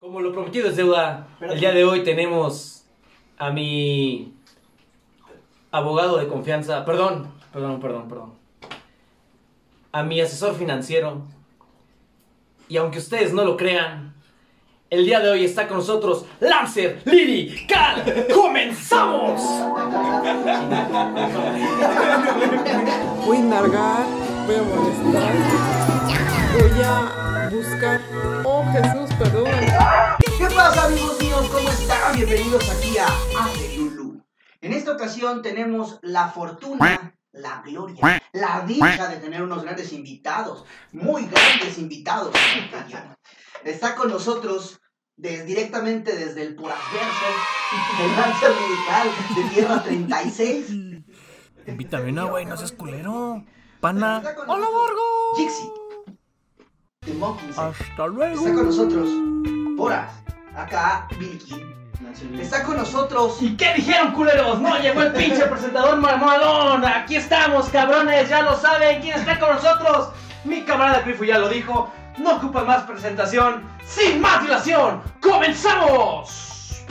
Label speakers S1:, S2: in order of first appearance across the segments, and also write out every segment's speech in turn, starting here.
S1: Como lo prometido es deuda, el día de hoy tenemos a mi abogado de confianza, perdón, perdón, perdón, perdón, a mi asesor financiero. Y aunque ustedes no lo crean, el día de hoy está con nosotros Lancer Liri Cal. ¡Comenzamos!
S2: Voy a indagar, voy a molestar, voy a buscar. Oh Jesús, perdón.
S3: ¿Qué pasa amigos míos? ¿Cómo están? Bienvenidos aquí a Ave Lulu. En esta ocasión tenemos la fortuna, la gloria, la dicha de tener unos grandes invitados, muy grandes invitados. Está con nosotros des- directamente desde el por adverso, el Lancer Medical de Tierra 36.
S4: Invítame una, güey, no seas culero. Pana.
S3: Está con
S4: ¡Hola,
S3: nosotros
S4: Borgo!
S3: Jixi. de Mockingse.
S4: ¡Hasta
S3: Está con
S4: luego!
S3: nosotros Boras, acá Billy King. Está con nosotros
S1: ¿Y qué dijeron, culeros? No llegó el pinche presentador mamalón. Aquí estamos, cabrones, ya lo saben. ¿Quién está con nosotros? Mi camarada Grifo ya lo dijo. No ocupa más presentación. Sin más dilación, comenzamos.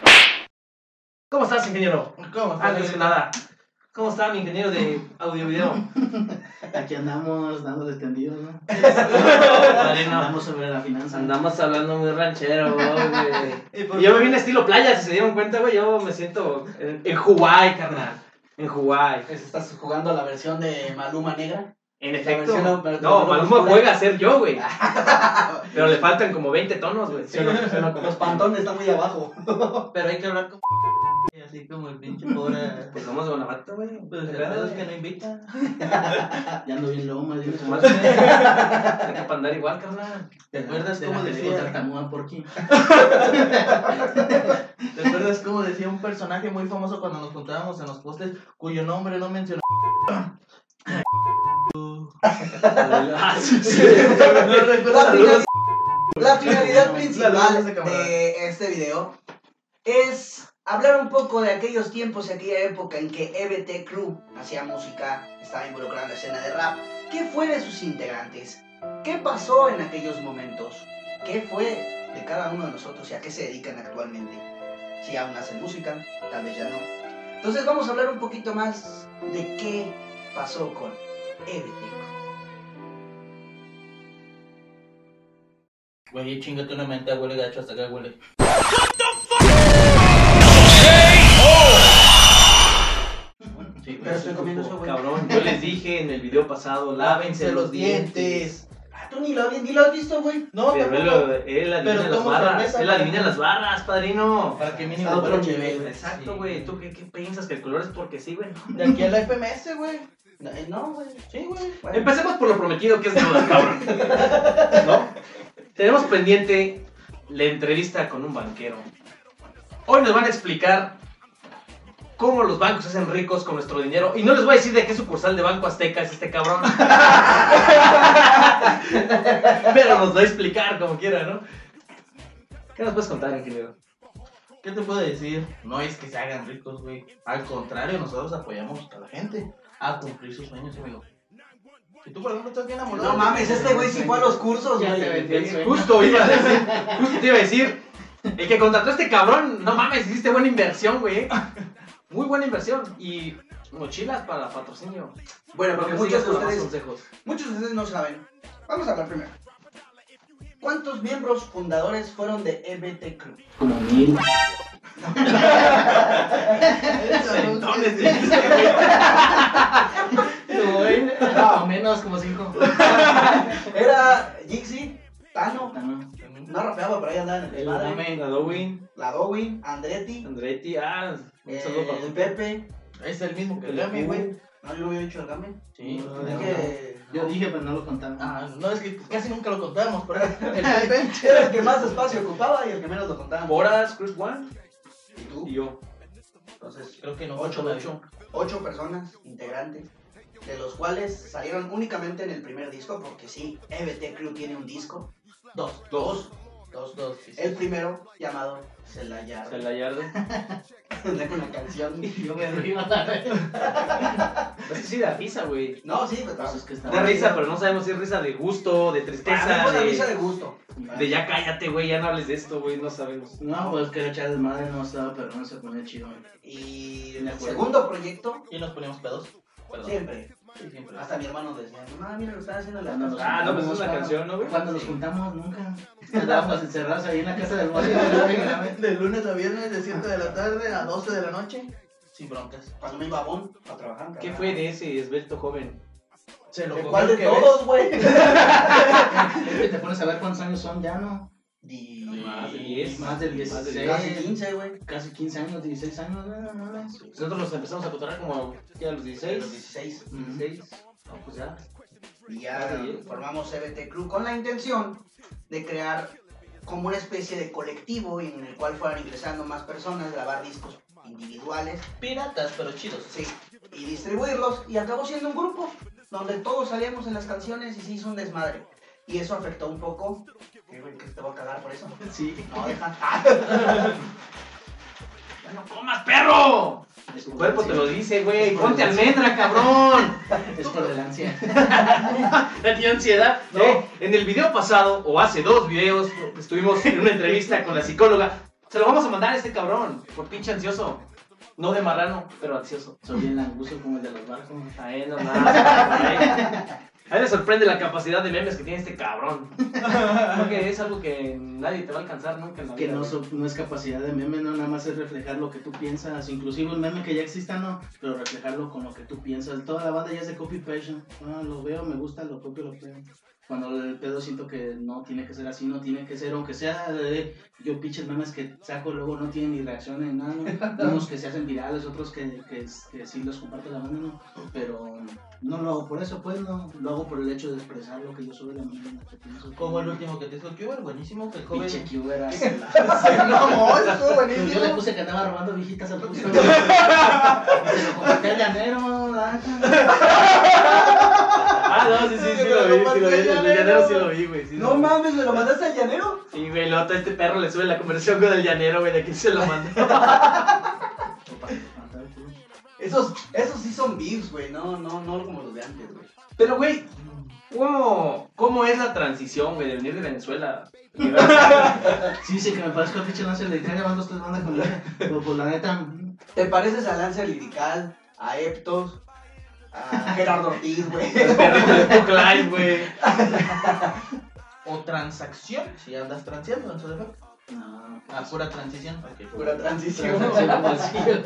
S1: ¿Cómo estás, ingeniero?
S3: ¿Cómo estás?
S1: Antes que nada, ¿cómo está mi ingeniero de audio video?
S5: Aquí andamos dando tendidos, ¿no? Andamos sobre la finanza.
S6: Andamos hablando muy ranchero, güey.
S3: Y por-
S1: Y Yo me vine estilo playa, si se dieron cuenta, güey. Yo me siento en, en Hawái, carnal. En Hawái.
S5: ¿Estás jugando la versión de Maluma Negra?
S1: En
S5: efecto.
S1: No, Maluma juega a ser yo, güey. Pero le faltan como 20 tonos, güey.
S3: Los pantones están muy abajo.
S6: Pero hay que hablar con. Así como el pinche pobre.
S1: Pues somos de Guanajuato, güey.
S6: Pues el pedo es que no invita.
S5: Ya ando bien lobo, más bien.
S1: Más o menos. Hay que pa' andar igual, carnal.
S6: ¿Te acuerdas
S5: de
S6: cómo
S5: la
S6: decía?
S5: película Tartamuda por aquí?
S6: ¿Te acuerdas cómo decía un personaje muy famoso cuando nos juntábamos en los postes cuyo nombre no mencionó?
S1: Ah, sí, sí.
S6: No recuerdo
S3: La
S6: saludos.
S3: La finalidad
S6: La luz
S3: principal
S6: de cámara.
S3: de este video es hablar un poco de aquellos tiempos y aquella época en que EBT Crew hacía música, estaba involucrada en la escena de rap. ¿Qué fue de sus integrantes? ¿Qué pasó en aquellos momentos? ¿Qué fue de cada uno de nosotros y a qué se dedican actualmente? Si aún hacen música, tal vez ya no. Entonces vamos a hablar un poquito más de qué pasó con EBT Crew.
S6: Güey, chingate una mente, huele gacho hasta acá, huele. Sí, pues,
S5: Pero estoy comiendo eso, güey.
S1: Cabrón, yo les dije en el video pasado, lávense
S6: Lávense
S1: los dientes.
S3: Ah, tú ni lo, ni lo has visto, güey.
S6: No,
S1: Pero él,
S6: tampoco.
S1: él adivina
S6: Pero
S1: las
S6: tomo
S1: barras,
S6: cerveza,
S1: él
S6: güey.
S1: adivina las barras, padrino.
S6: Para que mínimo
S5: Está a otro
S6: huela.
S5: nivel.
S1: Exacto,
S6: Sí.
S1: güey. ¿Tú qué, qué piensas? ¿Que el color es porque sí, güey?
S6: De aquí a la FMS, güey.
S3: Eh, No, güey.
S6: Sí, güey.
S3: Bueno.
S1: Empecemos por lo prometido que es deuda, cabrón. ¿No? Tenemos pendiente la entrevista con un banquero. Hoy nos van a explicar cómo los bancos se hacen ricos con nuestro dinero. Y no les voy a decir de qué sucursal de Banco Azteca es este cabrón. Pero nos va a explicar como quiera, ¿no? ¿Qué nos puedes contar, ingeniero?
S6: ¿Qué te puedo decir? No es que se hagan ricos, güey. Al contrario, nosotros apoyamos a la gente a cumplir sus sueños, amigo. Si tú, por ejemplo, estás bien enamorado.
S3: No mames, este güey sí fue a los cursos,
S5: Ya te
S3: güey.
S5: vendí el sueño.
S1: Justo iba a decir, justo te iba a decir, el que contrató a este cabrón, no mames, hiciste buena inversión, güey. eh. Muy buena inversión. Y mochilas para patrocinio.
S3: Bueno, porque
S1: No
S3: muchos
S1: sigas
S3: de
S1: con los malos
S3: ustedes,
S1: consejos.
S3: muchos de ustedes no saben. Vamos a hablar primero. ¿Cuántos miembros fundadores fueron de E EBT Club?
S5: Como mil.
S1: Entonces, dijiste, güey.
S5: No, menos como cinco.
S3: Era Jixi, Tano,
S5: Ah, No,
S3: no rapeaba, pero ahí andaba en el
S1: El
S3: desmadre.
S1: Ramen, Adowin,
S3: La Dowin, Andretti, eh,
S1: Andretti, ah, un saludo para
S3: el Pepe.
S6: Es el mismo que
S1: El
S6: el Gami, güey.
S3: No lo había dicho el Game.
S1: Eh,
S6: Sí.
S5: No,
S3: Es
S5: no.
S3: que-
S5: Yo dije, pero no lo contaba.
S6: Ah, no, es que casi nunca lo contábamos, pero el
S3: Era el que más espacio ocupaba y el que menos lo contaba.
S1: Boras, Chris One
S3: ¿Y tú?
S1: y yo.
S3: Entonces,
S6: Creo que no,
S3: Ocho,
S6: ocho,
S3: ocho. ocho personas integrantes, de los cuales E salieron únicamente en el primer disco, porque sí, EBT Crew tiene un disco.
S6: Dos.
S3: Dos.
S6: Dos, dos. sí, sí.
S3: El primero, llamado Celayar.
S1: Se la yarda.
S3: con la canción Yo me río a la vez.
S1: Es que sí da risa, güey.
S3: No, sí, pues,
S5: Pues
S3: vamos.
S5: es que está
S1: Da risa, pero no sabemos si es risa de gusto, de
S3: Para
S1: tristeza,
S3: mí fue la risa
S1: de,
S3: de gusto.
S1: Ah, de ya cállate, güey, ya no hables de esto, güey, no sabemos.
S5: No, pues que echar desmadre no estaba, pero no se pone chido.
S3: Y
S5: Me
S3: el
S5: acuerdo.
S3: segundo proyecto,
S6: Y nos poníamos pedos. Perdón.
S3: siempre.
S6: Sí, siempre.
S3: Hasta mi hermano decía, mamá, mira lo que están haciendo las
S5: Cuando nos
S1: Ah, no, pues
S5: juntamos,
S1: es una
S5: cuando-
S1: canción, ¿no, güey?
S5: Cuando nos
S1: Sí.
S5: juntamos, nunca. Estábamos encerrados ahí en la casa del barrio.
S6: De lunes a viernes, de 7 de la tarde a 12 de la noche. Sin broncas.
S3: Cuando me iba a Bonn a trabajar.
S1: ¿Qué
S3: carnal.
S1: fue de ese esbelto joven?
S6: Se lo
S3: ¿De
S6: comió
S3: cuál de
S6: el que ve.
S3: todos, güey?
S5: Es que te pones a ver cuántos años son ya, ¿no?
S3: Di-
S1: Más de 10.
S5: Más del
S1: Más de
S5: 16.
S3: Casi 15, güey.
S5: Casi 15 años, 16 años, no, no, no.
S6: pues,
S1: Nosotros los empezamos a cotorrear como ¿qué, a los 16.
S3: 16.
S5: Ujú.
S1: 16. No, pues ya.
S3: Y
S1: Más
S3: ya
S1: de 10.
S3: formamos EBT Crew con la intención de crear como una especie de colectivo en el cual fueran ingresando más personas, grabar discos individuales
S6: Piratas, pero chidos.
S3: sí, y distribuirlos y acabó siendo un grupo donde todos salíamos en las canciones y se hizo un desmadre. Y eso afectó un poco. Eh, güey, que te voy a cagar por eso.
S5: Sí.
S3: No, deja.
S1: ¡No comas, perro!
S5: Es
S1: Tu cuerpo te lo dice, güey. ¡Ponte almendra, cabrón!
S5: Es por la ansia.
S1: Ya tiene ansiedad.
S3: No.
S1: Eh, en el video pasado, o hace dos videos, estuvimos en una entrevista con la psicóloga. Se lo vamos a mandar a este cabrón, por pinche ansioso. No de marrano, pero ansioso.
S5: Soy bien languso como el de los barcos.
S1: Ahí nomás. ahí. A mí me sorprende la capacidad de memes que tiene este cabrón. Porque es algo que nadie te va a alcanzar nunca en la
S5: Que
S1: vida,
S5: no,
S1: güey.
S5: so- no es capacidad de meme, no, nada más es reflejar lo que tú piensas, inclusive un meme que ya exista, no, pero reflejarlo con lo que tú piensas. Toda la banda ya es de copy paste. Ah, lo veo, me gusta, lo copio, lo pego. Cuando el pedo siento que no tiene que ser así, no tiene que ser, aunque sea eh, yo pinches memes que saco, luego no tienen ni reacción ni nada, ¿no? unos que se hacen virales, otros que, que, que sí los comparte la banda, ¿no? pero no lo hago por eso, pues no, lo hago por el hecho de expresar lo que yo soy de la manera en la que pienso.
S6: Como el último que te hizo Cuber, buenísimo, que el joven.
S5: Pinche Q era-
S6: No, eso estuvo
S5: Pues yo le puse que andaba robando viejitas al gusto. Se lo comenté al llanero, ¿verdad?
S1: Ah, no, sí, sí, sí, lo vi, sí lo vi. El del llanero sí lo vi, güey. sí,
S3: no
S1: sí.
S3: mames, ¿me lo mandaste al llanero?
S1: Sí, güey, luego todo este perro le sube la conversación con el llanero, güey, de quién se lo mandó.
S3: Esos, esos sí son beefs, güey. No, no, no como los de antes, güey.
S1: Pero, güey, ¿cómo, ¿cómo es la transición, güey, de venir de Venezuela? Llegar-
S5: Sí, sí, que me parezco a pinche Lancer de Italia, van dos, tres bandas con ella. Pero pues la neta,
S3: ¿Te pareces a Lancer Lirical, a Eptos, a Gerardo Ortiz, güey?
S1: El perrito de Puclay, güey.
S6: O transacción, si andas transeando en su defecto.
S5: no.
S6: Ah, pura transición. Ok.
S3: Pura transición.
S1: pues,
S5: Transacción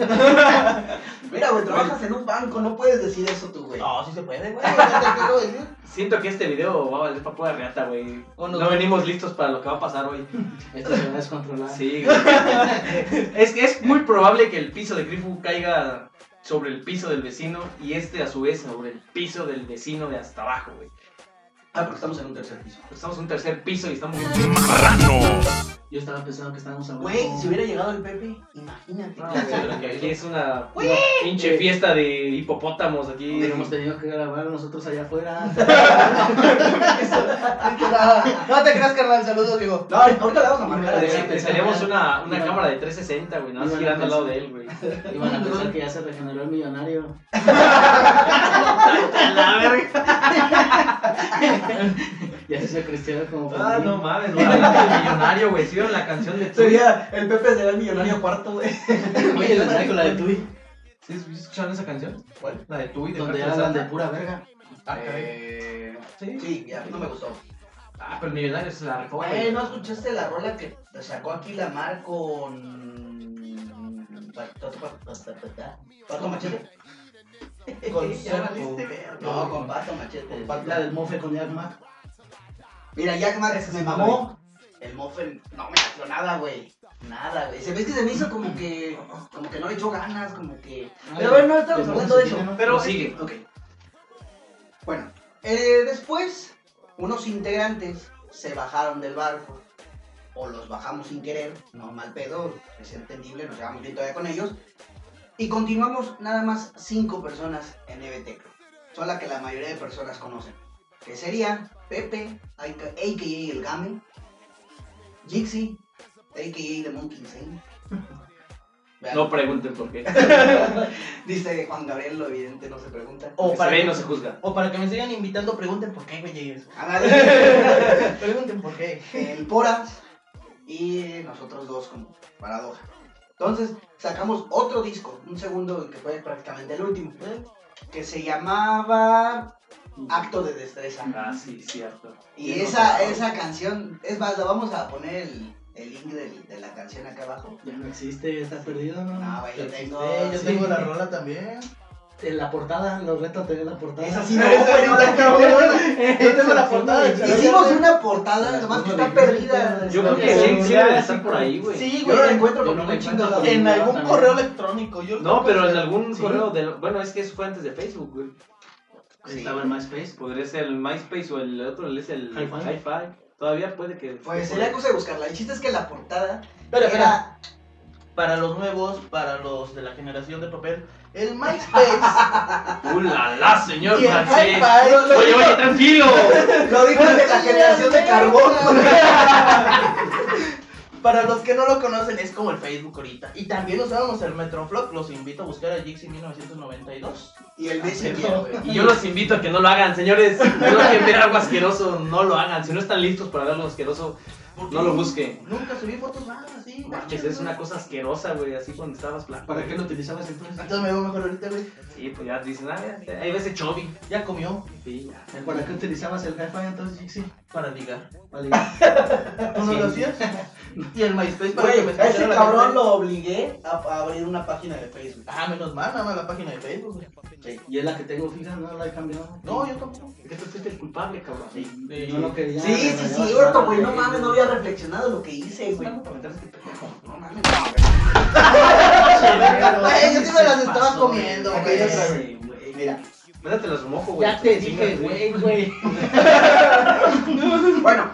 S3: Mira, güey, trabajas en un banco, no puedes decir eso tú, güey.
S6: No, sí se puede, güey. Ah, ya te quiero decir.
S1: Siento que este video va a valer para pura reata, güey.
S6: O
S1: No
S6: nos-
S1: venimos listos para lo que va a pasar hoy.
S5: Esto se va a descontrolar.
S1: Sí, güey. Es que es muy probable que el piso de Grifu caiga sobre el piso del vecino y este, a su vez, sobre el piso del vecino de hasta abajo, güey.
S3: Ah, porque estamos en un tercer piso.
S1: Estamos en un tercer piso y estamos...
S5: Yo estaba pensando que estábamos hablando.
S3: Güey, si hubiera llegado el Pepe, imagínate.
S1: No,
S3: güey.
S1: güey, pero que aquí es una, una pinche fiesta de hipopótamos aquí.
S5: Hubiéramos tenido que grabar nosotros allá afuera.
S6: No te creas, carnal. Saludos, digo.
S3: No, ahorita le vamos a marcar a
S5: Sí,
S3: Pepe.
S1: Necesitaríamos una, una
S5: Iban-
S1: cámara de 360, güey, nada más
S5: iban a
S1: girando al lado de
S5: pensar-
S1: él, güey.
S5: Iban a pensar que ya se regeneró el millonario.
S1: la verga.
S5: Ya se hizo cristiano como.
S1: Ah, no mames, güey. millonario, güey. ¿Sí vieron la canción de Tui?
S3: Sería, el Pepe sería el millonario cuarto, güey.
S5: Oye, el millonario con la de Tui,
S6: ¿Sí escucharon esa canción? ¿Cuál? La de Tui, de
S5: donde
S6: Cartel
S5: hablan de
S6: Santa.
S5: pura verga.
S6: Ah, caray.
S3: Eh,
S6: Sí.
S3: Sí, ya, no me gustó.
S1: Ah, pero millonario se la rifó,
S3: Güey,
S1: güey.
S3: ¿no escuchaste la rola que sacó aquí la mar con. Pato Machete?
S6: Con
S3: Sí, ya
S6: Sopo.
S3: valiste verga. No, con Pato Machete.
S5: La del mofe con Jack Mac.
S3: Mira, Jack Max me mamó. El Moffen no me hació nada, güey. Nada, güey. Se ve que se me hizo como que. Como que no le echó ganas, como que. Pero bueno, no estamos
S5: Ah, Del
S3: hablando de
S5: Mofe,
S3: eso.
S5: ¿no?
S1: Pero sigue.
S3: Ok. Bueno, eh, después unos integrantes se bajaron del barco o los bajamos sin querer, no mal pedo, es entendible, nos llevamos bien todavía con ellos y continuamos nada más cinco personas en EBT, son las que la mayoría de personas conocen, que serían Pepe, aka el Game, Jixi, a.k.a. The Monkey Insane. Vean.
S7: No pregunten por qué.
S3: Dice Juan Gabriel, lo evidente no se pregunta.
S6: O
S7: Se
S6: para
S7: ve y
S6: que-
S7: no se juzga.
S6: O para que me sigan invitando, pregunten por qué, güey.
S3: Ándale.
S6: Pregunten por qué.
S3: el Poras y nosotros dos como paradoja. Entonces sacamos otro disco, un segundo que fue prácticamente el último, que se llamaba Acto de Destreza.
S7: Ah, sí, cierto.
S3: Y esa, esa canción, es más, la vamos a poner el, el link del- de la canción acá abajo.
S5: Ya no existe, está perdido, ¿no?
S3: No, güey, yo
S5: Ya
S3: tengo-
S5: existe,
S6: yo
S5: sí.
S6: tengo la rola también.
S5: En la portada, los reto a tener la portada.
S3: Esa sí
S6: No,
S3: no,
S6: esa no la tengo,
S3: pero-
S6: Yo tengo la portada del Charol.
S3: Hicimos una portada, nomás que está perdida.
S7: Yo creo que sí, sí debe de estar por ahí, güey.
S6: Sí,
S3: Yo
S6: güey.
S3: no la encuentro
S5: Yo
S3: porque no
S5: no la
S3: me
S5: encuentro.
S3: chingas.
S6: En algún
S5: También.
S6: correo electrónico. Yo
S7: No, pero en algún
S6: Sí.
S7: correo de... Bueno, es que eso fue antes de Facebook, güey.
S5: Estaba en MySpace.
S7: Podría ser el MySpace o el otro, es el
S5: Hi-Fi.
S7: Hi-Fi. Todavía puede que...
S3: Pues sería cosa de buscarla. El chiste es que la portada
S6: Espera, espera.
S3: era
S6: Para los nuevos, para los de la generación de papel, el MySpace.
S7: ¡Ulala, señor
S6: Y el
S7: Francés!
S6: hi-fi, lo- lo
S7: Oye,
S6: digo-
S7: oye, tranquilo.
S3: Lo digo de la generación de carbón.
S6: Para los que no lo conocen, es como el Facebook ahorita. Y también usábamos el Metroflog. Los invito a buscar a Jixi 1992.
S3: Y el
S6: Ah,
S3: Messenger, güey.
S7: Y yo los invito a que no lo hagan, señores. Si no quieren ver algo asqueroso, no lo hagan. Si no están listos para ver algo asqueroso,
S6: Porque
S7: no lo busquen.
S6: Nunca subí fotos más así.
S7: Manches, es una cosa asquerosa, güey, así cuando estabas flaco.
S5: ¿Para qué lo utilizabas entonces?
S6: Entonces me veo mejor ahorita, güey.
S7: Sí, pues ya dicen, ah, ya, ahí ves el chubby.
S6: Ya comió.
S7: Sí, ya.
S5: ¿Para qué utilizabas el hi-fi entonces, Jixi?
S6: Para ligar.
S5: Vale.
S6: ¿Tú no lo hacías? Y el MySpace para que me
S3: Güey, a ese
S6: escuchara la
S3: cabrón
S6: gente.
S3: lo obligué a, a abrir una página de Facebook.
S6: Ah, menos mal, nada más la página de Facebook, güey.
S5: Y es la que tengo fija, no la he cambiado.
S6: No, yo tampoco.
S7: Es que tú fuiste el culpable, cabrón.
S5: Sí,
S6: Sí.
S5: no lo quería.
S3: Sí, sí, sí, cierto, güey. No mames, no había reflexionado lo que hice, güey.
S7: Algo para meterse, pendejo.
S3: No mames.
S6: Güey, yo sí me las estaba comiendo,
S5: Ok,
S6: güey.
S5: otra vez.
S7: Sí, güey.
S3: Mira,
S7: Métatelas remojo, güey.
S5: Ya te
S7: Sí,
S5: dije, güey, güey.
S3: bueno,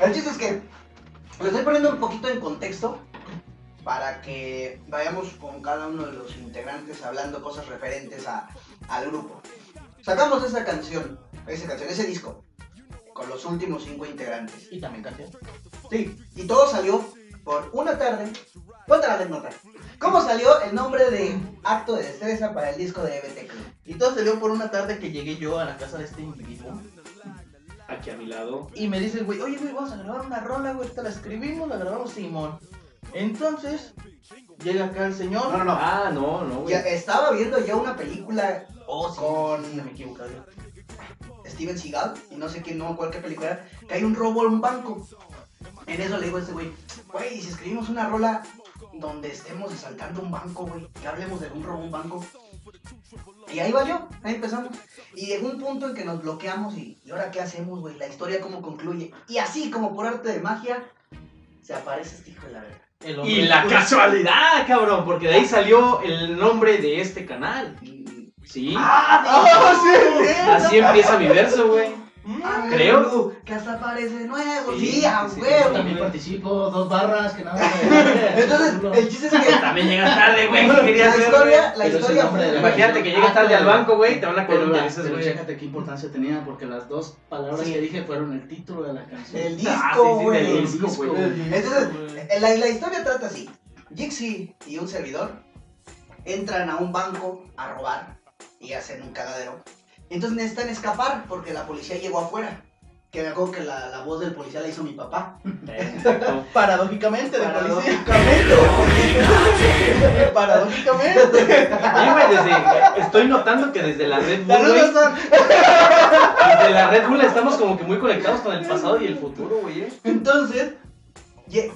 S3: el chiste es que lo estoy poniendo un poquito en contexto para que vayamos con cada uno de los integrantes hablando cosas referentes a- al grupo. Sacamos esa canción, esa canción, ese disco, con los últimos cinco integrantes.
S6: Y también canción.
S3: Sí, y todo salió por una tarde. Cuenta la anécdota. ¿Cómo salió el nombre de Acto de Destreza para el disco de EBT Club?
S6: Y todo salió por una tarde que llegué yo a la casa de este individuo.
S7: Aquí a mi lado.
S6: Y me dice el güey, oye, güey, vamos a grabar una rola, güey. Esta la escribimos, la grabamos Simón. Entonces, llega acá el señor.
S3: No, no, no.
S7: Ah, no, no, güey.
S3: Ya estaba viendo yo una película
S6: Oh, sí,
S3: Con-
S6: sí, me he equivocado.
S3: Steven Seagal y no sé quién, no, cualquier película, era, que hay un robo en un banco. En eso le digo a este güey, güey, ¿y si escribimos una rola donde estemos asaltando un banco, güey, que hablemos de un robo a un banco. Y ahí valió, ahí empezamos. Y llegó un punto en que nos bloqueamos y, ¿y ahora qué hacemos, güey? La historia cómo concluye. Y así, como por arte de magia, se aparece este hijo de la verga.
S6: El hombre
S7: Y la
S6: oscuro.
S7: casualidad, cabrón, porque de ahí salió el nombre de este canal.
S3: Y-
S7: Sí.
S6: ¡Ah, sí, sí!
S7: Así empieza mi verso, güey.
S6: Mm.
S7: Creo.
S3: Lu, Que hasta aparece nuevo,
S7: Sí,
S3: sí, a
S7: sí, sí,
S5: Yo
S3: huevo.
S5: también participo, dos barras que nada. más.
S3: Entonces, el chiste es que
S7: También llegas tarde, güey. ¿Qué
S3: la
S7: querías ver,
S3: historia, la
S5: Pero es el
S3: historia Ah,
S5: nombre de la
S7: Imagínate que llegues tarde al banco, güey, te van a
S5: Pero, la-
S7: contar esas,
S5: pero
S7: güey.
S5: chécate qué importancia tenía, porque las dos palabras que dije fueron el título de la canción.
S3: El
S7: Ah,
S3: disco,
S7: sí, sí, del
S3: güey.
S7: disco, güey.
S3: Entonces, la, la historia trata así. Jixi y un servidor entran a un banco a robar y hacen un cagadero. Entonces necesitan escapar porque la policía llegó afuera. Que me acuerdo que la, la voz del policía la hizo mi papá.
S7: Exacto.
S6: Paradójicamente, de policía. Paradójicamente.
S7: Oye, güey, desde- estoy notando que desde la Red Bull, güey,
S6: Saludos, Don.
S7: desde la Red Bull estamos como que muy conectados con el pasado y el futuro, güey. eh.
S3: Entonces, ye-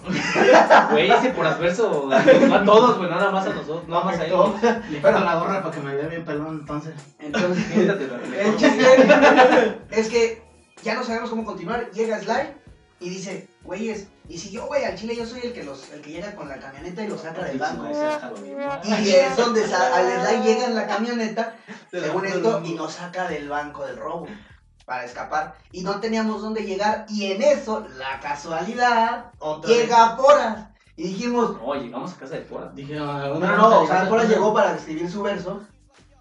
S7: Güey, ese por adverso afectó a todos, güey, no nada más a nosotros, no más a él.
S5: Yo Le quito la gorra para que me vea bien pelón, entonces.
S3: entonces
S7: Quítate la Red
S3: El
S7: Bull.
S3: chiste es que ya no sabemos cómo continuar. Llega Sly y dice, güeyes, y si yo, güey, al chile yo soy el que los, el que llega con la camioneta y los saca del banco. Y es donde sa- al Sly llega en la camioneta, según esto, y nos saca del banco del robo para escapar. Y no teníamos dónde llegar. Y en eso, la casualidad,
S6: Otra
S3: llega a Poras. Y dijimos,
S7: No, llegamos a casa de Pora.
S5: Dije, "Ah, ¿a
S3: no,
S5: dónde
S3: no,
S5: vamos a
S3: no, o
S5: llegar
S3: sea, Poras
S5: después?
S3: llegó para escribir su verso,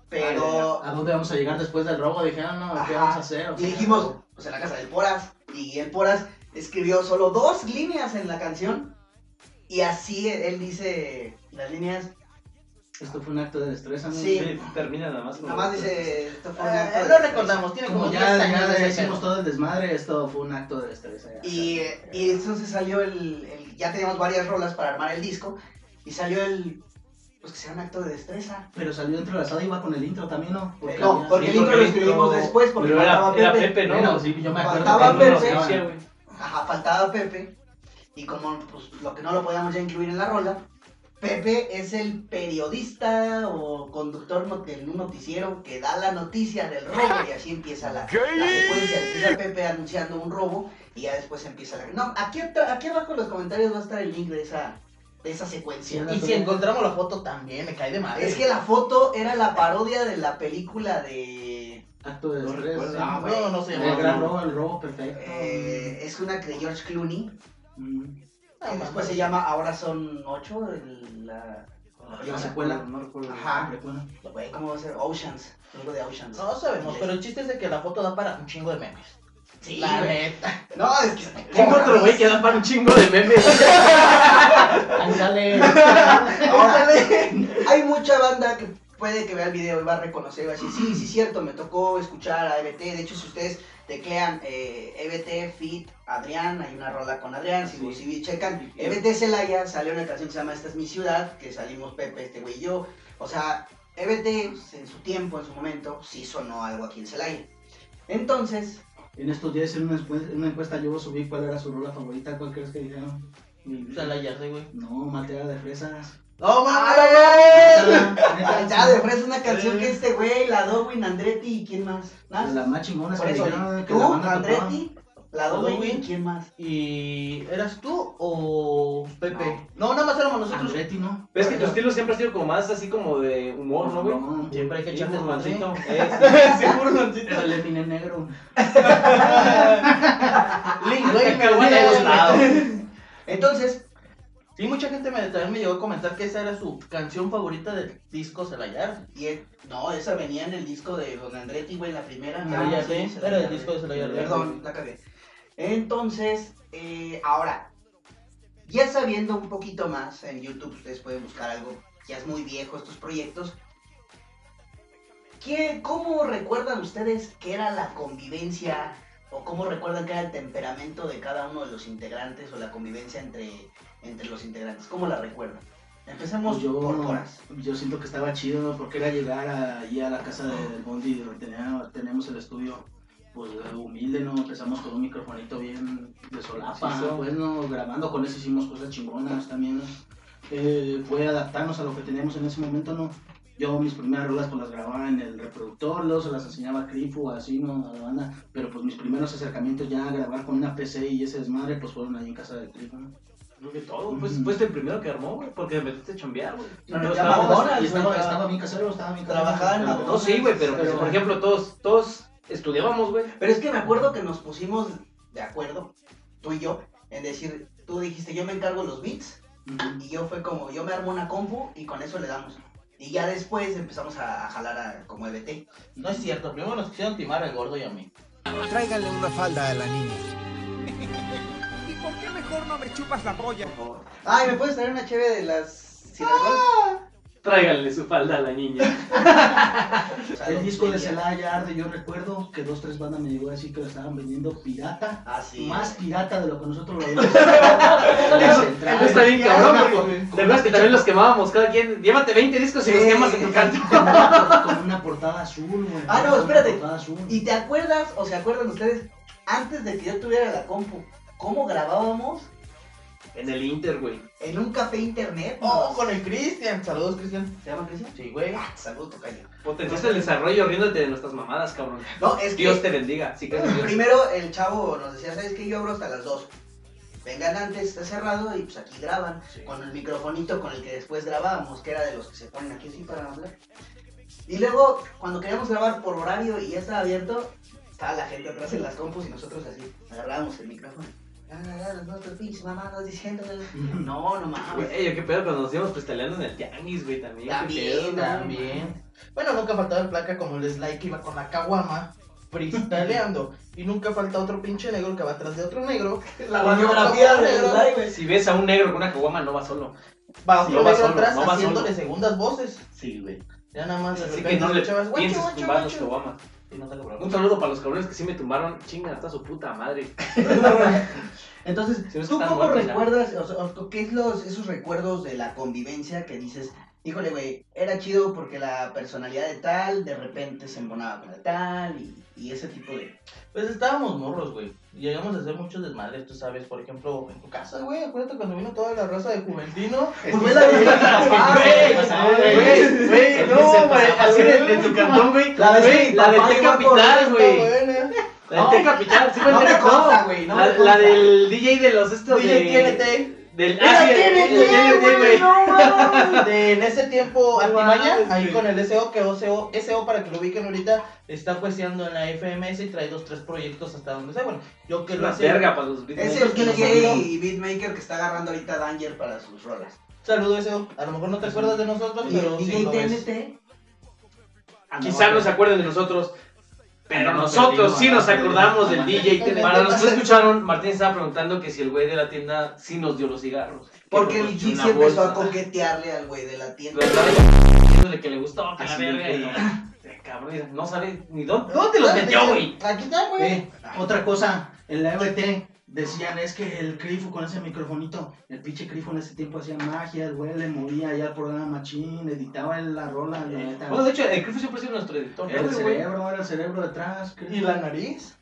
S3: pero...
S5: ¿A dónde vamos a llegar después del robo? Dije, ah, no, ¿qué
S3: Ajá.
S5: vamos a hacer? O
S3: Y
S5: sea,
S3: dijimos, pues en la casa del Poras. Y el Poras escribió solo dos líneas en la canción. Y así él dice las líneas.
S5: Esto fue un acto de destreza, ¿no?
S3: Sí.
S7: Termina nada más. con-
S3: Nada más dice. Esto fue un acto
S6: Eh,
S3: de
S6: lo
S3: destreza".
S6: recordamos, tiene como
S5: Como
S6: 10
S5: ya,
S6: años
S5: ya
S6: de ese
S5: hicimos
S6: pedo.
S5: todo el desmadre, esto fue un acto de destreza. ya.
S3: Y, eh, y entonces salió el, el- Ya teníamos varias rolas para armar el disco. Y salió el. Pues que sea un acto de destreza.
S5: Pero salió entrelazado, iba con el intro también, ¿no?
S3: no,
S5: había-
S3: porque
S5: sí,
S3: el intro lo
S7: porque
S3: escribimos
S7: el intro-
S3: después porque
S7: Pero era,
S3: faltaba
S7: era
S3: Pepe.
S7: Pepe, ¿no?
S5: Bueno, sí, yo me acuerdo.
S3: Faltaba
S5: que no lo
S3: Pepe.
S5: hacían.
S3: Ajá, faltaba Pepe. Y como pues, lo que no lo podíamos ya incluir en la rola, Pepe es el periodista o conductor not- de un noticiero que da la noticia del robo y así empieza la, la secuencia. Empieza Pepe anunciando un robo y ya después empieza la... No, aquí, at- aquí abajo en los comentarios va a estar el link de esa, de esa secuencia.
S6: Y si encontramos la foto también, me cae de madre.
S3: Es que la foto era la parodia de la película de...
S5: Acto de
S6: No
S5: destreza.
S6: recuerdo.
S5: Ah,
S6: No,
S5: güey.
S6: no, no se
S5: El
S6: llamaba.
S5: gran robo, el robo perfecto.
S3: eh, es una de George Clooney,
S5: Mm.
S3: que después se llama Ahora son ocho, el- la...
S5: La
S6: Ah,
S5: secuela.
S6: No recuerdo.
S3: Ajá.
S5: Recuerda.
S3: Güey, ¿cómo va a ser? Oceans. Algo de Oceans.
S6: No sabemos, pero el chiste es de que la foto da para un chingo de memes.
S3: Sí,
S6: la
S3: güey.
S6: neta.
S3: No, es que.
S7: Tengo otro güey que da para un chingo de memes.
S5: Ándale.
S3: Órale. Hay mucha banda que puede que vea el video y va a reconocer y va a decir, sí, sí, cierto, me tocó escuchar a EBT. De hecho, si ustedes teclean eh, EBT, Fit, Adrián, hay una rola con Adrián, si,
S5: Sí.
S3: si checan. EBT Celaya salió una canción que se llama Esta es mi ciudad, que salimos Pepe, este güey y yo. O sea, EBT pues, en su tiempo, en su momento, sí sonó algo aquí en Celaya. Entonces,
S5: En estos días en una, encuesta, una encuesta yo subí cuál era su rola favorita, cuál crees que dijeron. Y-
S6: O sea, la ya sé, güey. Ah,
S5: No, materia de fresas.
S6: ¡No mames!
S5: Neta,
S3: Ahí
S5: neta,
S3: está, de fresa una canción que este güey, la Dowin, Andretti y quién más. ¿Nada?
S5: La más chingona es
S3: Por
S5: que
S3: eso,
S5: dijeron que la
S3: tú,
S5: banda tocaba.
S3: Andretti, la Dowin y quién más.
S6: ¿Y eras tú o Pepe? No, nada más éramos nosotros.
S5: Andretti, ¿no?
S7: Ves que tu estilo siempre ha sido como más así como de humor, ¿no, güey?
S5: No,
S6: Siempre hay que
S7: Sí,
S6: echarle madre.
S7: burloncito. Eh, sí, sí, burloncito.
S5: Pero le miné negro.
S6: Link,
S7: Güey,
S6: güey,
S7: me huele a los lados.
S3: Entonces,
S6: Sí, mucha gente me, también me llegó a comentar que esa era su canción favorita del disco Celayar.
S3: y el- no, esa venía en el disco de Don Andretti, güey, la primera.
S6: Ah, ya sé,
S3: se la
S6: era el
S3: cagué.
S6: disco de Celayar.
S3: Perdón, la cagué. Entonces, eh, ahora, ya sabiendo un poquito más, en YouTube ustedes pueden buscar algo, ya es muy viejo estos proyectos. ¿Qué, ¿Cómo recuerdan ustedes que era la convivencia o cómo recuerdan que era el temperamento de cada uno de los integrantes o la convivencia entre, entre los integrantes? ¿Cómo la recuerdan? Empecemos
S5: Pues yo,
S3: por Coras.
S5: yo siento que estaba chido ¿no? porque era llegar a- ahí a la casa del Bondi donde tenía- tenemos el estudio pues humilde, ¿no? Empezamos con un microfonito bien de solapa,
S7: Sí, sí.
S5: pues, ¿no? Grabando con eso hicimos cosas chingonas también, ¿no? Eh, fue adaptarnos a lo que teníamos en ese momento, ¿no? Yo mis primeras rolas pues las grababa en el reproductor, luego se las enseñaba a Crifu, así, ¿no? A la banda, pero pues mis primeros acercamientos ya a grabar con una PC y ese desmadre pues fueron ahí en casa de Crifu, ¿no?
S7: Creo que todo. Pues fuiste el primero que armó, güey. Porque te metiste a chambear, güey.
S3: No,
S7: Pero
S3: ya
S7: estábamos-
S3: McDonald's,
S5: Y estaba,
S3: güey,
S5: estaba bien casero, estaba bien casero.
S3: Trabajaba en
S5: Pero-
S3: McDonald's.
S7: No, sí, güey, pero, pues,
S5: Pero-
S7: por ejemplo, todos, todos estudiábamos, güey.
S3: Pero es que me acuerdo que nos pusimos de acuerdo, tú y yo, en decir, tú dijiste, yo me encargo los beats.
S5: Ujú.
S3: Y yo fue como, yo me armo una compu y con eso le damos. Y ya después empezamos a, a jalar a, como E EBT.
S6: No es cierto, primero nos quisieron timar al gordo y a mí.
S8: Tráiganle una falda a la niña.
S9: ¿Y por qué mejor no me chupas la polla?
S3: Ay, ¿me puedes traer una cheve de las... sin alcohol?
S7: Tráiganle su falda a la niña.
S3: O sea,
S5: El
S3: los
S5: disco de
S3: tenía.
S5: Celaya Arde, yo recuerdo que dos, tres bandas me llegó a decir que lo estaban vendiendo pirata.
S3: Ah, sí.
S5: Más pirata de lo que nosotros lo habíamos
S6: Ah,
S5: Las entradas.
S7: Está bien
S5: Ya,
S7: cabrón,
S5: una
S7: porque
S5: con-
S7: te acuerdas que también los quemábamos cada quien. Llévate 20 discos y los
S3: Sí.
S7: quemas en tu canto.
S5: con una- Con una portada azul, güey.
S3: Ah, no,
S5: Con una
S3: espérate.
S5: portada azul.
S3: ¿Y te acuerdas, o se acuerdan ustedes, antes de que yo tuviera la compu, cómo grabábamos
S7: En el Inter, güey.
S3: en un café internet?
S6: Oh, con el Cristian. Saludos, Cristian.
S3: ¿Se llama Cristian?
S6: Sí, güey.
S3: Ah, saludo, tocayo.
S7: Potenciaste el desarrollo riéndote de nuestras mamadas, cabrón.
S3: No, es que...
S7: Dios te bendiga. Si crees en Dios.
S3: Primero el chavo nos decía, ¿sabes qué? Yo abro hasta las 2. Vengan antes, está cerrado y pues aquí graban. Con el microfonito con el que después grabábamos, que era de los que se ponen aquí así para hablar. Y luego, cuando queríamos grabar por horario y ya estaba abierto, estaba la gente atrás en las compus y nosotros así, agarrábamos el micrófono. Ah, ah, ah, no, tu pinche mamá, no diciéndole. No, no mames.
S7: Güey, qué pedo cuando nos íbamos pestaleando en el tianguis, güey, también. qué
S3: También,
S7: pedo, ¿no?
S6: También. Bueno, nunca faltaba el placa como el Sly que iba con la caguama. freestyleando. y nunca falta otro pinche negro que va atrás de otro negro.
S3: La
S6: Porque
S3: bandera
S6: otro
S3: piedra
S6: negro
S3: del Dai, güey.
S7: Si ves a un negro con una caguama, no va solo.
S6: Va otro
S7: No va
S6: negro
S7: solo,
S6: atrás
S7: no va
S6: haciéndole
S7: solo.
S6: segundas voces.
S7: Sí, güey.
S6: Ya nada más de
S7: Así
S6: repente
S7: que no le
S6: escuchabas, "Guacho,
S7: pienses
S6: guacho,
S7: tumbar los
S6: guacho".
S7: caguamas.
S6: Y no te cobraban.
S7: Un saludo para los cabrones que sí me tumbaron. Chinga, hasta su puta madre.
S3: Entonces,
S7: Si no
S3: ¿tú
S7: están
S3: cómo
S7: muertos ya.
S3: recuerdas, o sea, o qué es los, esos recuerdos de la convivencia que dices, híjole, güey, era chido porque la personalidad de tal de repente se embonaba con la tal y, y ese tipo de...
S6: Pues estábamos morros, güey. Llegamos a hacer muchos desmadres, tú sabes. Por ejemplo, en tu casa, güey. Acuérdate cuando vino toda la raza de Juventino.
S3: Pues ve la
S7: Ah, güey, güey, güey, no, güey, así de, de tu cantón, güey,
S3: La de-
S7: güey, la del
S3: papá
S7: T
S3: iba
S7: Capital,
S3: corriendo,
S7: güey,
S6: Buena.
S7: la del T Capital, sí fue
S3: No
S7: el
S3: me
S7: T-
S3: consta, güey, no
S7: la,
S3: me consta.
S7: la del DJ de los estos
S6: DJ
S7: de,
S6: TNT.
S7: del
S3: ¡Era
S7: ah, sí, el-
S3: TNT,
S7: el TNT,
S3: güey!
S7: güey,
S3: ¡No mames!
S6: De en ese tiempo,
S7: No
S6: Altimaña,
S7: mames,
S6: ahí
S7: güey.
S6: con el SO, que OCO, SO para que lo ubiquen ahorita, está jueceando en la FMS y trae dos, tres proyectos hasta donde sea. Bueno, yo que lo
S7: la
S6: hace.
S7: verga para los
S3: Es
S7: beatmakers
S3: el
S7: que nos
S3: DJ
S7: salieron.
S3: y beatmaker que está agarrando ahorita Danger para sus rolas.
S6: Saludo SO. A lo mejor no te acuerdas de nosotros,
S3: Y el
S6: pero sí
S3: DJ
S6: lo ves.
S3: TNT,
S7: Quizá Ah, no se acuerden de nosotros, pero nosotros sí nos acordamos del DJ.
S6: Ay,
S7: Para
S6: me
S7: los que
S6: pasa.
S7: escucharon, Martín estaba preguntando que si el güey de la tienda sí nos dio los cigarros. que
S3: porque
S7: nos
S3: el
S7: dio una
S3: Gizzy empezó a
S7: bolsa.
S3: coquetearle al güey de la
S7: Lo
S3: tienda.
S7: estaba diciéndole que le gustaba que la
S5: Así
S7: verga y
S5: que-
S7: no. Cabrón, no sabe ni dónde. ¿Dónde te los metió, güey?
S6: Aquí está, güey.
S5: Eh, otra cosa, en la EBT decían es que el Crifo con ese microfonito, el pinche Crifo en ese tiempo hacía magia, güey, le movía allá al programa machín, editaba él la rola, la neta.
S7: Eh, Bueno, de hecho, el Cruz siempre ha sido nuestro editor.
S5: Era
S7: ¿no,
S5: el
S7: güey?
S5: cerebro, era el cerebro detrás. Crifo.
S6: ¿Y la nariz?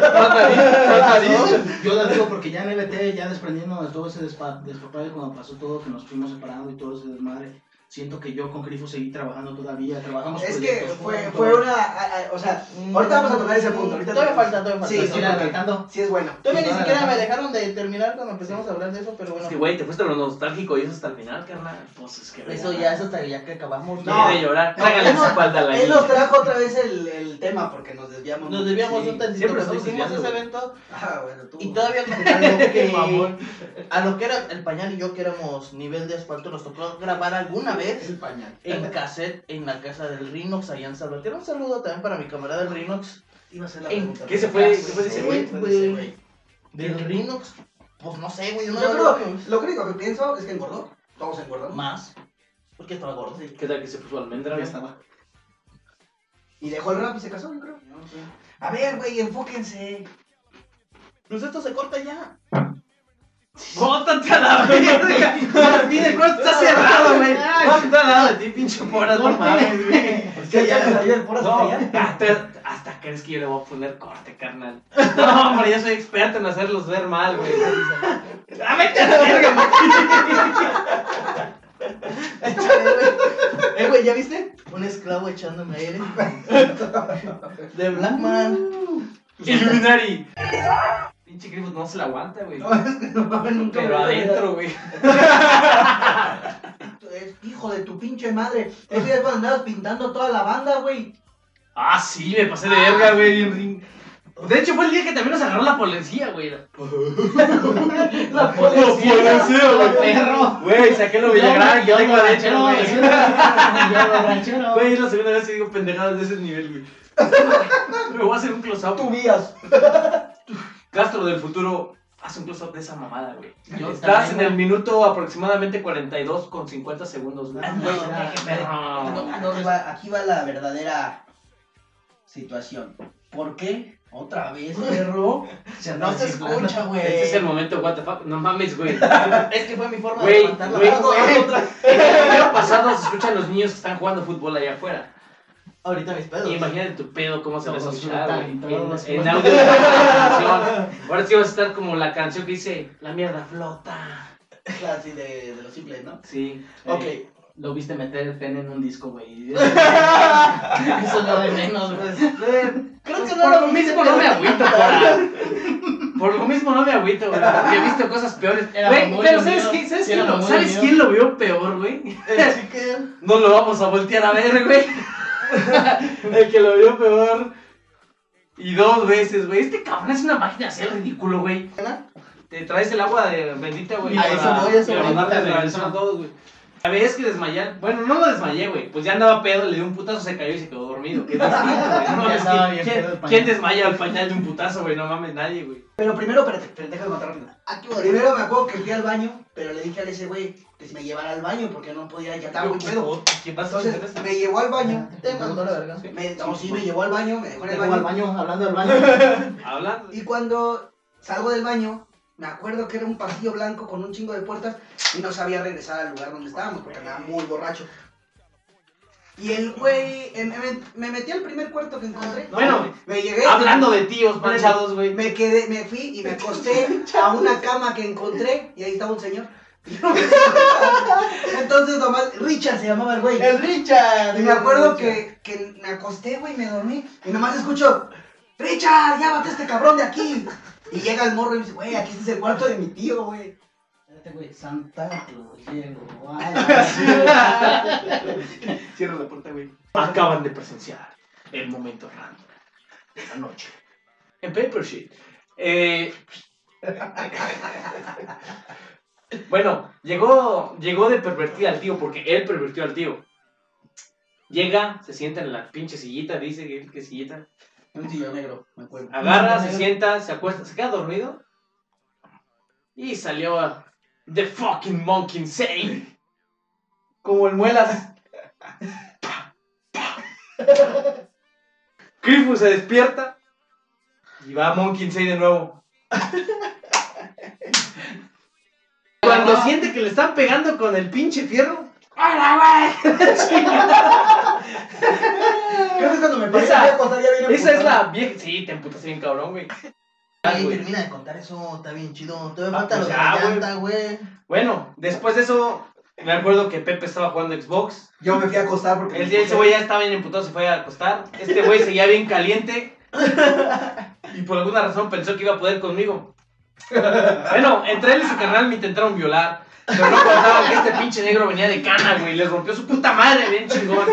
S5: Ah, ¿no? Yo la digo porque ya en EBT, ya desprendiendo de todo ese despa- despapalle cuando pasó todo, que nos fuimos separando y todo ese desmadre, siento que yo con Grifo seguí trabajando todavía, trabajamos
S3: Es que
S5: proyectos
S3: fue,
S5: juntos.
S3: fue una... a- a- o sea, ahorita vamos a tocar ese punto. Ahorita
S6: Mm, Todavía
S3: tocamos.
S6: falta, todavía falta.
S5: Sí, estoy
S3: sí, porque-
S5: adelantando.
S3: Sí, es bueno.
S6: Todavía ni
S5: Todavía
S6: siquiera
S5: falta.
S6: me dejaron de terminar cuando empezamos a hablar de eso, pero
S7: Es
S6: bueno.
S7: que, güey, te fuiste a lo nostálgico y eso hasta el final, carnal. Pues es que.
S6: Eso ya es hasta ya que acabamos.
S3: No.
S7: Quiere llorar.
S3: No,
S7: Trágale
S3: él
S7: su
S3: nos-
S7: espalda a la
S3: Él
S7: niña.
S3: nos trajo otra vez el, el tema porque nos desviamos.
S6: Nos
S3: mucho.
S6: debíamos
S7: Sí,
S6: un tantito
S7: siempre
S6: cuando
S7: estamos
S6: hicimos ese
S7: desviando.
S6: evento
S3: Ah, bueno, tú.
S6: y todavía como que algo que-
S7: Mamón.
S6: a lo que era el pañal y yo que éramos nivel de asfalto nos tocó grabar alguna vez
S3: El pañal.
S6: en cassette en la casa del Rinox allá en Salvatierra. Un saludo también para mi camarada el Rinox.
S3: Iba a ser la
S6: ¿En
S3: pregunta.
S7: qué se fue- qué fue de ese güey?
S3: Sí, de ese güey.
S6: Del Rinox, pues no sé, güey,
S3: Yo
S6: una
S3: creo
S6: vez
S3: que lo único que pienso es que engordó. Todos engordamos.
S6: más porque estaba gordo.
S3: Sí.
S7: ¿Qué tal que se puso almendra?
S5: Ya
S7: güey?
S5: estaba.
S3: Y dejó el rap y se casó, yo creo. A ver, güey, enfóquense.
S6: Pues esto se corta ya.
S7: ¡Córtate a la verga! Martín, el cuarto está cerrado, güey. ¿Cuánto al lado de ti, pinche poras? No mames, güey.
S3: Es que ya les salió el puro
S7: No,
S3: hasta allá.
S7: hasta, hasta crees que yo le voy a poner corte, carnal. No, hombre, yo soy experto en hacerlos ver mal, güey. ¡Ah, vete a la verga,
S6: Eh, güey, ¿ya viste? Un esclavo echándome aire. De Black Man.
S7: Illuminati. Pinche Grifos no se la aguanta, güey.
S3: No, es que no mames, nunca
S7: Pero
S3: me-
S7: adentro, güey.
S3: Es hijo de tu pinche madre. Ese día es cuando andabas pintando toda la banda, güey.
S7: Ah, sí, me pasé de verga, güey. bien rin- De hecho, fue el día que también nos agarró la policía, güey.
S3: La policía.
S7: güey. Perro. Güey, saqué lo Villagrán que tengo adentro, güey. Güey, es la segunda vez que digo pendejadas de ese nivel, güey. Me voy a hacer un close-up.
S3: Tubías.
S7: Castro del futuro, haz un close-up de esa mamada, güey.
S6: Yo
S7: Estás en
S6: también,
S7: el minuto aproximadamente 42 con 50 segundos, güey.
S6: Ah,
S3: Güey,
S6: no,
S3: ya,
S6: qué
S3: ya.
S7: No.
S3: No, no, va- aquí va la verdadera situación. ¿Por qué? Otra vez, perro.
S6: No se escucha, güey.
S7: Este es el momento, what the fuck. No mames, güey.
S6: Es que fue mi forma de
S7: Güey,
S6: levantar la
S7: güey,
S6: mano.
S7: güey. El video pasado se escuchan los niños que están jugando fútbol allá afuera.
S6: Ahorita mis pedos.
S7: Imagínate tu pedo cómo se va a
S6: pues,
S5: Todos
S7: escuchar, güey.
S5: todos
S7: En, en audio de la canción. Ahora sí vas a estar como la canción que dice La mierda flota.
S3: Así de, de lo simple, ¿no?
S7: Sí.
S6: Ok.
S7: eh,
S5: Lo viste meter el pene en un disco, güey.
S6: Eso es lo de menos, güey. Creo que
S7: Pues
S6: no
S7: por
S6: lo
S7: lo mismo no me agüito, para. Por lo mismo no me agüito, güey. Porque he visto cosas peores.
S6: Era
S7: Güey,
S6: mamón
S7: pero
S6: el
S7: ¿sabes,
S6: mío.
S7: quién, ¿sabes,
S6: Sí, era
S7: quién, lo,
S6: mamón
S7: ¿sabes
S6: el mío.
S7: quién lo vio peor, güey?
S6: Así que.
S7: No lo vamos a voltear a ver, güey. El que lo vio peor. Y dos veces, güey. Este cabrón es una máquina así ridículo, güey. Te traes el agua de bendita, güey.
S6: A eso
S7: para-
S6: voy, a eso
S7: para
S6: voy.
S7: mandarle
S5: Regreso.
S7: atravesar a todos, güey. La vez que desmayé, bueno, no lo desmayé, güey. Pues ya andaba pedo, le di un putazo, se cayó y se quedó dormido. Qué distinto, güey. No mames,
S5: andaba
S7: ¿quién-
S5: bien
S7: ¿quién,
S5: pedo el pañal.
S7: quién desmaya el pañal de un putazo, güey? No mames, nadie, güey.
S3: Pero primero, espérate, espérate, déjame contar rápido.
S5: Ah,
S3: Aquí, bueno, primero me acuerdo que fui al baño, pero le dije a ese güey que si me llevara al baño porque no podía, ya estaba muy pedo.
S7: ¿Qué pasó?
S3: Entonces me llevó al baño.
S5: Te mandó la verga.
S3: Me, no, sí, me llevó al baño, me dejó en el
S5: Llegó al
S3: baño.
S5: baño, hablando del baño.
S7: Hablando.
S3: Y cuando salgo del baño, me acuerdo que era un pasillo blanco con un chingo de puertas y no sabía regresar al lugar donde estábamos porque andaba muy borracho. Y el güey, eh, me, met- me metí al primer cuarto que encontré.
S7: Bueno,
S3: me llegué.
S7: hablando de tíos manchados, güey.
S3: Me quedé, me fui y me acosté a una cama que encontré y ahí estaba un señor. Entonces nomás, Richard se llamaba el güey.
S5: El Richard.
S3: Y me acuerdo que, que me acosté, güey, me dormí. Y nomás escucho, Richard, ya bate a este cabrón de aquí. Y llega el morro y me dice, güey, aquí este es el cuarto de mi tío, güey.
S5: Espérate, güey, Santa Claus a la
S7: Cierra la puerta, güey. Acaban de presenciar el momento random de la noche. En Paper Sheet. Eh, bueno, llegó, llegó de pervertir al tío porque él pervertió al tío. Llega, se sienta en la pinche sillita, dice que, que sillita.
S5: Un tío negro, me acuerdo.
S7: Agarra, se sienta, se acuesta, se queda dormido. Y salió a The fucking monkey insane.
S5: Como el muelas.
S7: Grifus se despierta y va a Monkey Insane de nuevo. Cuando siente que le están pegando con el pinche fierro. ¡Hola, güey!
S3: Creo que cuando me
S7: Esa-
S3: pasé a acostar ya viene
S7: Esa es la vieja. Sí, te emputas bien, cabrón, güey. Ah,
S6: Ey,
S7: güey.
S6: termina de contar eso, está bien chido.
S7: Ah,
S6: Todavía falta lo
S7: pues
S6: de
S7: ya,
S6: la
S7: güey.
S6: llanta, güey.
S7: Bueno, después de eso, me acuerdo que Pepe estaba jugando Xbox.
S3: Yo me fui a acostar porque...
S7: El día ese güey ya estaba bien emputado, se fue a acostar. Este güey seguía bien caliente. Y por alguna razón pensó que iba a poder conmigo. Bueno, entre él y su carnal me intentaron violar. Pero no contaban que este pinche negro venía de cana, güey. Les rompió su puta madre, bien chingón.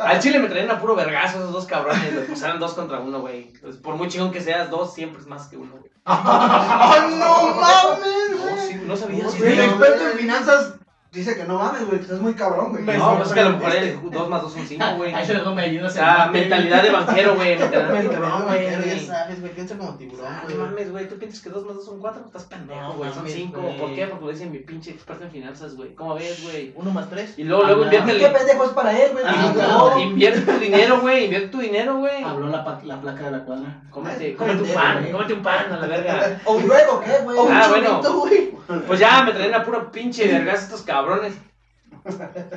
S7: Al chile me traían a puro vergazo esos dos cabrones. güey, Pues eran dos contra uno, güey. Pues, por muy chingón que seas, dos siempre es más que uno, güey.
S3: ¡Oh, no mames,
S7: No,
S3: güey!
S7: sí, no sabía si
S3: El experto en finanzas dice que no mames, güey, que estás muy cabrón, güey.
S7: No, pues que a lo mejor era dos más dos son cinco, güey.
S5: Ahí
S7: O
S5: luego me ayudas
S3: Ah,
S7: sea, mentalidad de banquero, güey. Mentalidad de cabrón,
S6: Pero ya
S7: güey.
S6: sabes, güey, piensa como tiburón,
S7: Ah,
S6: güey.
S7: no mames, güey, ¿tú piensas que 2 más 2 son 4? Estás pendejo,
S6: No,
S7: güey, son
S6: mames,
S7: 5.
S6: güey.
S7: ¿Por qué? Porque lo dice mi pinche experto en finanzas, güey. ¿Cómo ves, güey?
S6: Uno más tres.
S7: Y luego, luego
S5: Ah,
S7: invierte
S3: ¿Y
S7: el-
S3: qué pendejo es para él, güey?
S5: Ah,
S3: Pues,
S7: No, Ah,
S3: no.
S7: Invierte tu dinero, güey, invierte tu dinero, güey.
S5: Habló la, pa- la placa de la cuadra.
S7: Cómete, cómete un pan, cómete un pan a la verga.
S3: ¿O luego qué, güey?
S7: Ah, bueno.
S6: güey.
S7: Pues ya me traen a puro pinche vergas estos cabrones.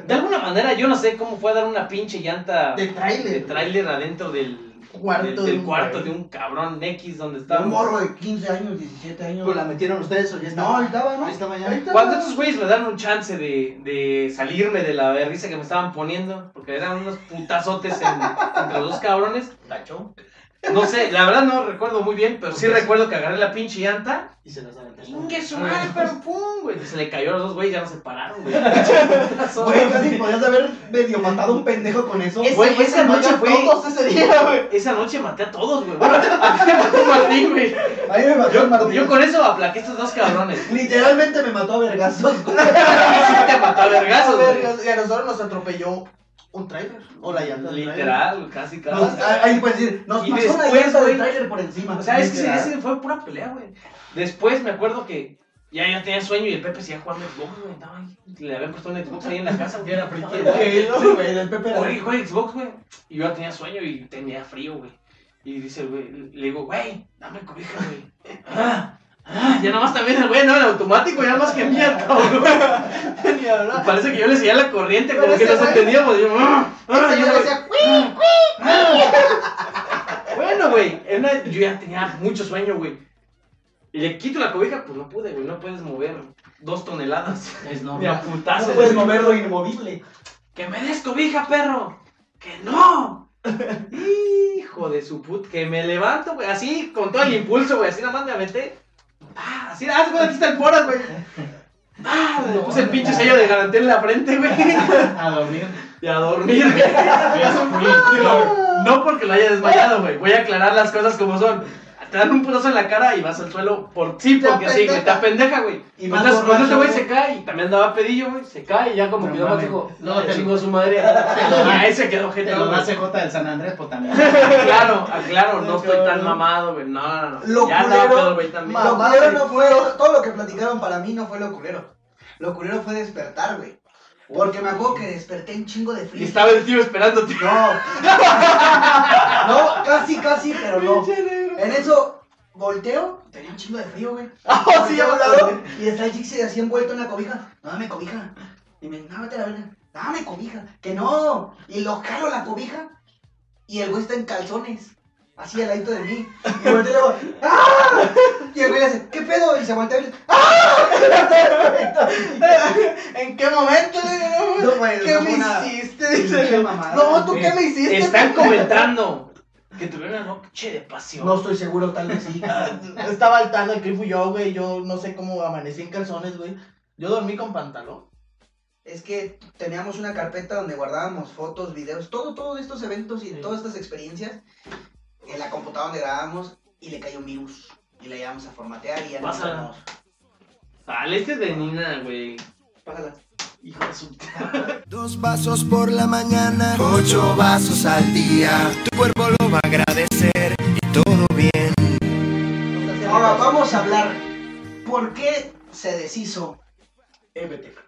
S7: De alguna manera, yo no sé cómo fue dar una pinche llanta
S6: De
S7: de
S6: trailer.
S7: tráiler adentro del
S6: Cuarto
S7: del-
S6: de
S7: del
S6: un
S7: cuarto
S6: güey.
S7: de un cabrón X donde
S3: Un
S7: estábamos.
S3: morro de 15 años, 17 años.
S5: ¿Pues la metieron ustedes o ya está?
S3: No, estaba, ¿no?
S5: Ahí estaba ya.
S7: Cuando estos güeyes me dan un chance de, de salirme de la berriza que me estaban poniendo, porque eran unos putazotes en- entre los dos cabrones,
S6: Tacho.
S7: no sé, la verdad no recuerdo muy bien, pero sí recuerdo que agarré la pinche llanta.
S5: Y se las aventaron.
S7: ¡Ingue Pues, su madre, pero pum, güey! Se le cayó a los dos güeyes, ya no se pararon, güey.
S3: Güey, casi podías haber medio matado a un pendejo con eso.
S7: Ese- Güey, esa noche
S6: Vaya
S7: fue-
S6: Todos ese día, güey.
S7: Esa noche maté a todos, güey. Bueno, a ti te mató Martín, güey.
S3: Ahí me mató el
S7: Yo,
S3: Martín.
S7: yo con eso aplaqué a estos dos cabrones.
S3: Literalmente me mató a vergazos.
S7: Sí te mató a vergazos, güey.
S6: Vergas, Y a nosotros nos atropelló un trailer. O la llanta. del
S7: Literal, casi, casi.
S3: Nos- Pues, a- Ahí puedes decir, nos
S7: Y
S3: pasó una
S7: después,
S3: llanta
S7: güey,
S3: del trailer por encima.
S7: O sea, es que sí,
S3: Literal.
S7: ese fue pura pelea, güey. Después me acuerdo que ya yo tenía sueño y el Pepe seguía jugando Xbox, güey. Estaba ahí. Le habían puesto un Xbox ahí en la casa, güey. Era frío.
S3: Sí, güey, del Pepe era-
S7: Oye, juega Xbox, güey. Y yo ya tenía sueño y tenía frío, güey. Y dice el güey, le digo, güey, dame cobija, güey. Ah, ah, ya nomás también el güey, no, el automático, ya más que mía, cabrón.
S6: trailer. Ni hablar.
S7: Y Parece que yo le seguía la corriente,
S6: Pero
S7: como que
S6: ese
S7: nos
S6: güey-
S7: entendíamos. Yo, ah, ah,
S6: Ese
S7: yo,
S6: güey
S7: güey.
S6: decía, "Cuí".
S7: Bueno, güey, en una- yo ya tenía mucho sueño, güey. Y le quito la cobija, pues no pude, güey, no puedes mover dos toneladas.
S5: Es
S7: Ni a
S5: normal.
S7: putazo.
S3: No puedes mover lo inmovible.
S7: ¡Que me des cobija, perro! ¡Que no! Hijo de su put, que me levanto, güey, así, con todo el impulso, güey, así nada más me aventé. Ah, así, ah, güey, aquí está el poras, güey. Ah, le puse el pinche sello de garantía en la frente, güey.
S5: A dormir.
S7: Y a dormir, güey. Digo, no porque lo haya desmayado, güey. Voy a aclarar las cosas como son. te dan un putazo en la cara y vas al suelo por sí,
S3: Te
S7: porque sí, güey, te
S3: apendeja.
S7: apendeja, güey.
S3: Y
S7: Y
S3: más
S7: entonces, cuando ese
S3: borracho,
S7: güey
S3: güey.
S7: se cae, y también andaba pedillo, güey, se cae y ya como
S5: No
S7: que nomás
S5: mames.
S7: dijo,
S5: No,
S7: no,
S5: te-
S7: chingo a su madre. Ah, ese quedó gente.
S5: Te lo da CJ del San Andrés, pues también.
S7: Claro, ah, claro, no estoy tan mamado, güey. No, no, no.
S3: Lo
S7: ya andaba
S3: culero,
S7: pedo el güey también.
S3: Lo
S6: Mamá,
S3: culero
S6: güey.
S3: no fue, todo lo que platicaron para mí no fue lo culero. Lo culero fue despertar, güey. Porque me acuerdo que desperté un chingo de frío.
S7: Y estaba el tío esperándote.
S3: No. no, casi, casi, pero no. En eso volteo, tenía un chingo de frío, güey.
S7: Ah, sí, ya
S3: Volteo,
S7: volado.
S3: Y está el Jixi así envuelto en la cobija. Dame cobija. Y me, no, vete a la verga. Dame cobija. Que no. Y lo jalo la cobija. Y el güey está en calzones. Así al ladito de mí. Y volteo y le hago, ¡ah! Y el güey le hace, ¿qué pedo? Y se voltea y le "Ah".
S6: ¿En qué momento?
S3: No, güey,
S6: ¿Qué
S3: no
S6: me
S3: fue una
S6: hiciste?
S3: pinche mamada.
S6: No, ¿tú qué me
S7: Te
S6: hiciste?
S7: están comentando que tuvieron una noche de pasión.
S3: No estoy seguro, tal vez sí.
S6: Estaba al tanto de que fui yo, güey. Yo no sé cómo amanecí en calzones, güey. Yo dormí con pantalón.
S3: Es que teníamos una carpeta donde guardábamos fotos, videos, todo, todos estos eventos y todas estas experiencias en la computadora donde grabábamos y le cayó un virus y la llevamos a formatear y ya no
S7: Pásala.
S3: sabemos.
S7: Saliste este de Nina, güey.
S3: Pásala.
S7: Hijo de su.
S8: Dos vasos por la mañana, ocho vasos al día. Tu cuerpo lo va a agradecer y todo bien.
S3: Ahora vamos a hablar por qué se deshizo MTK.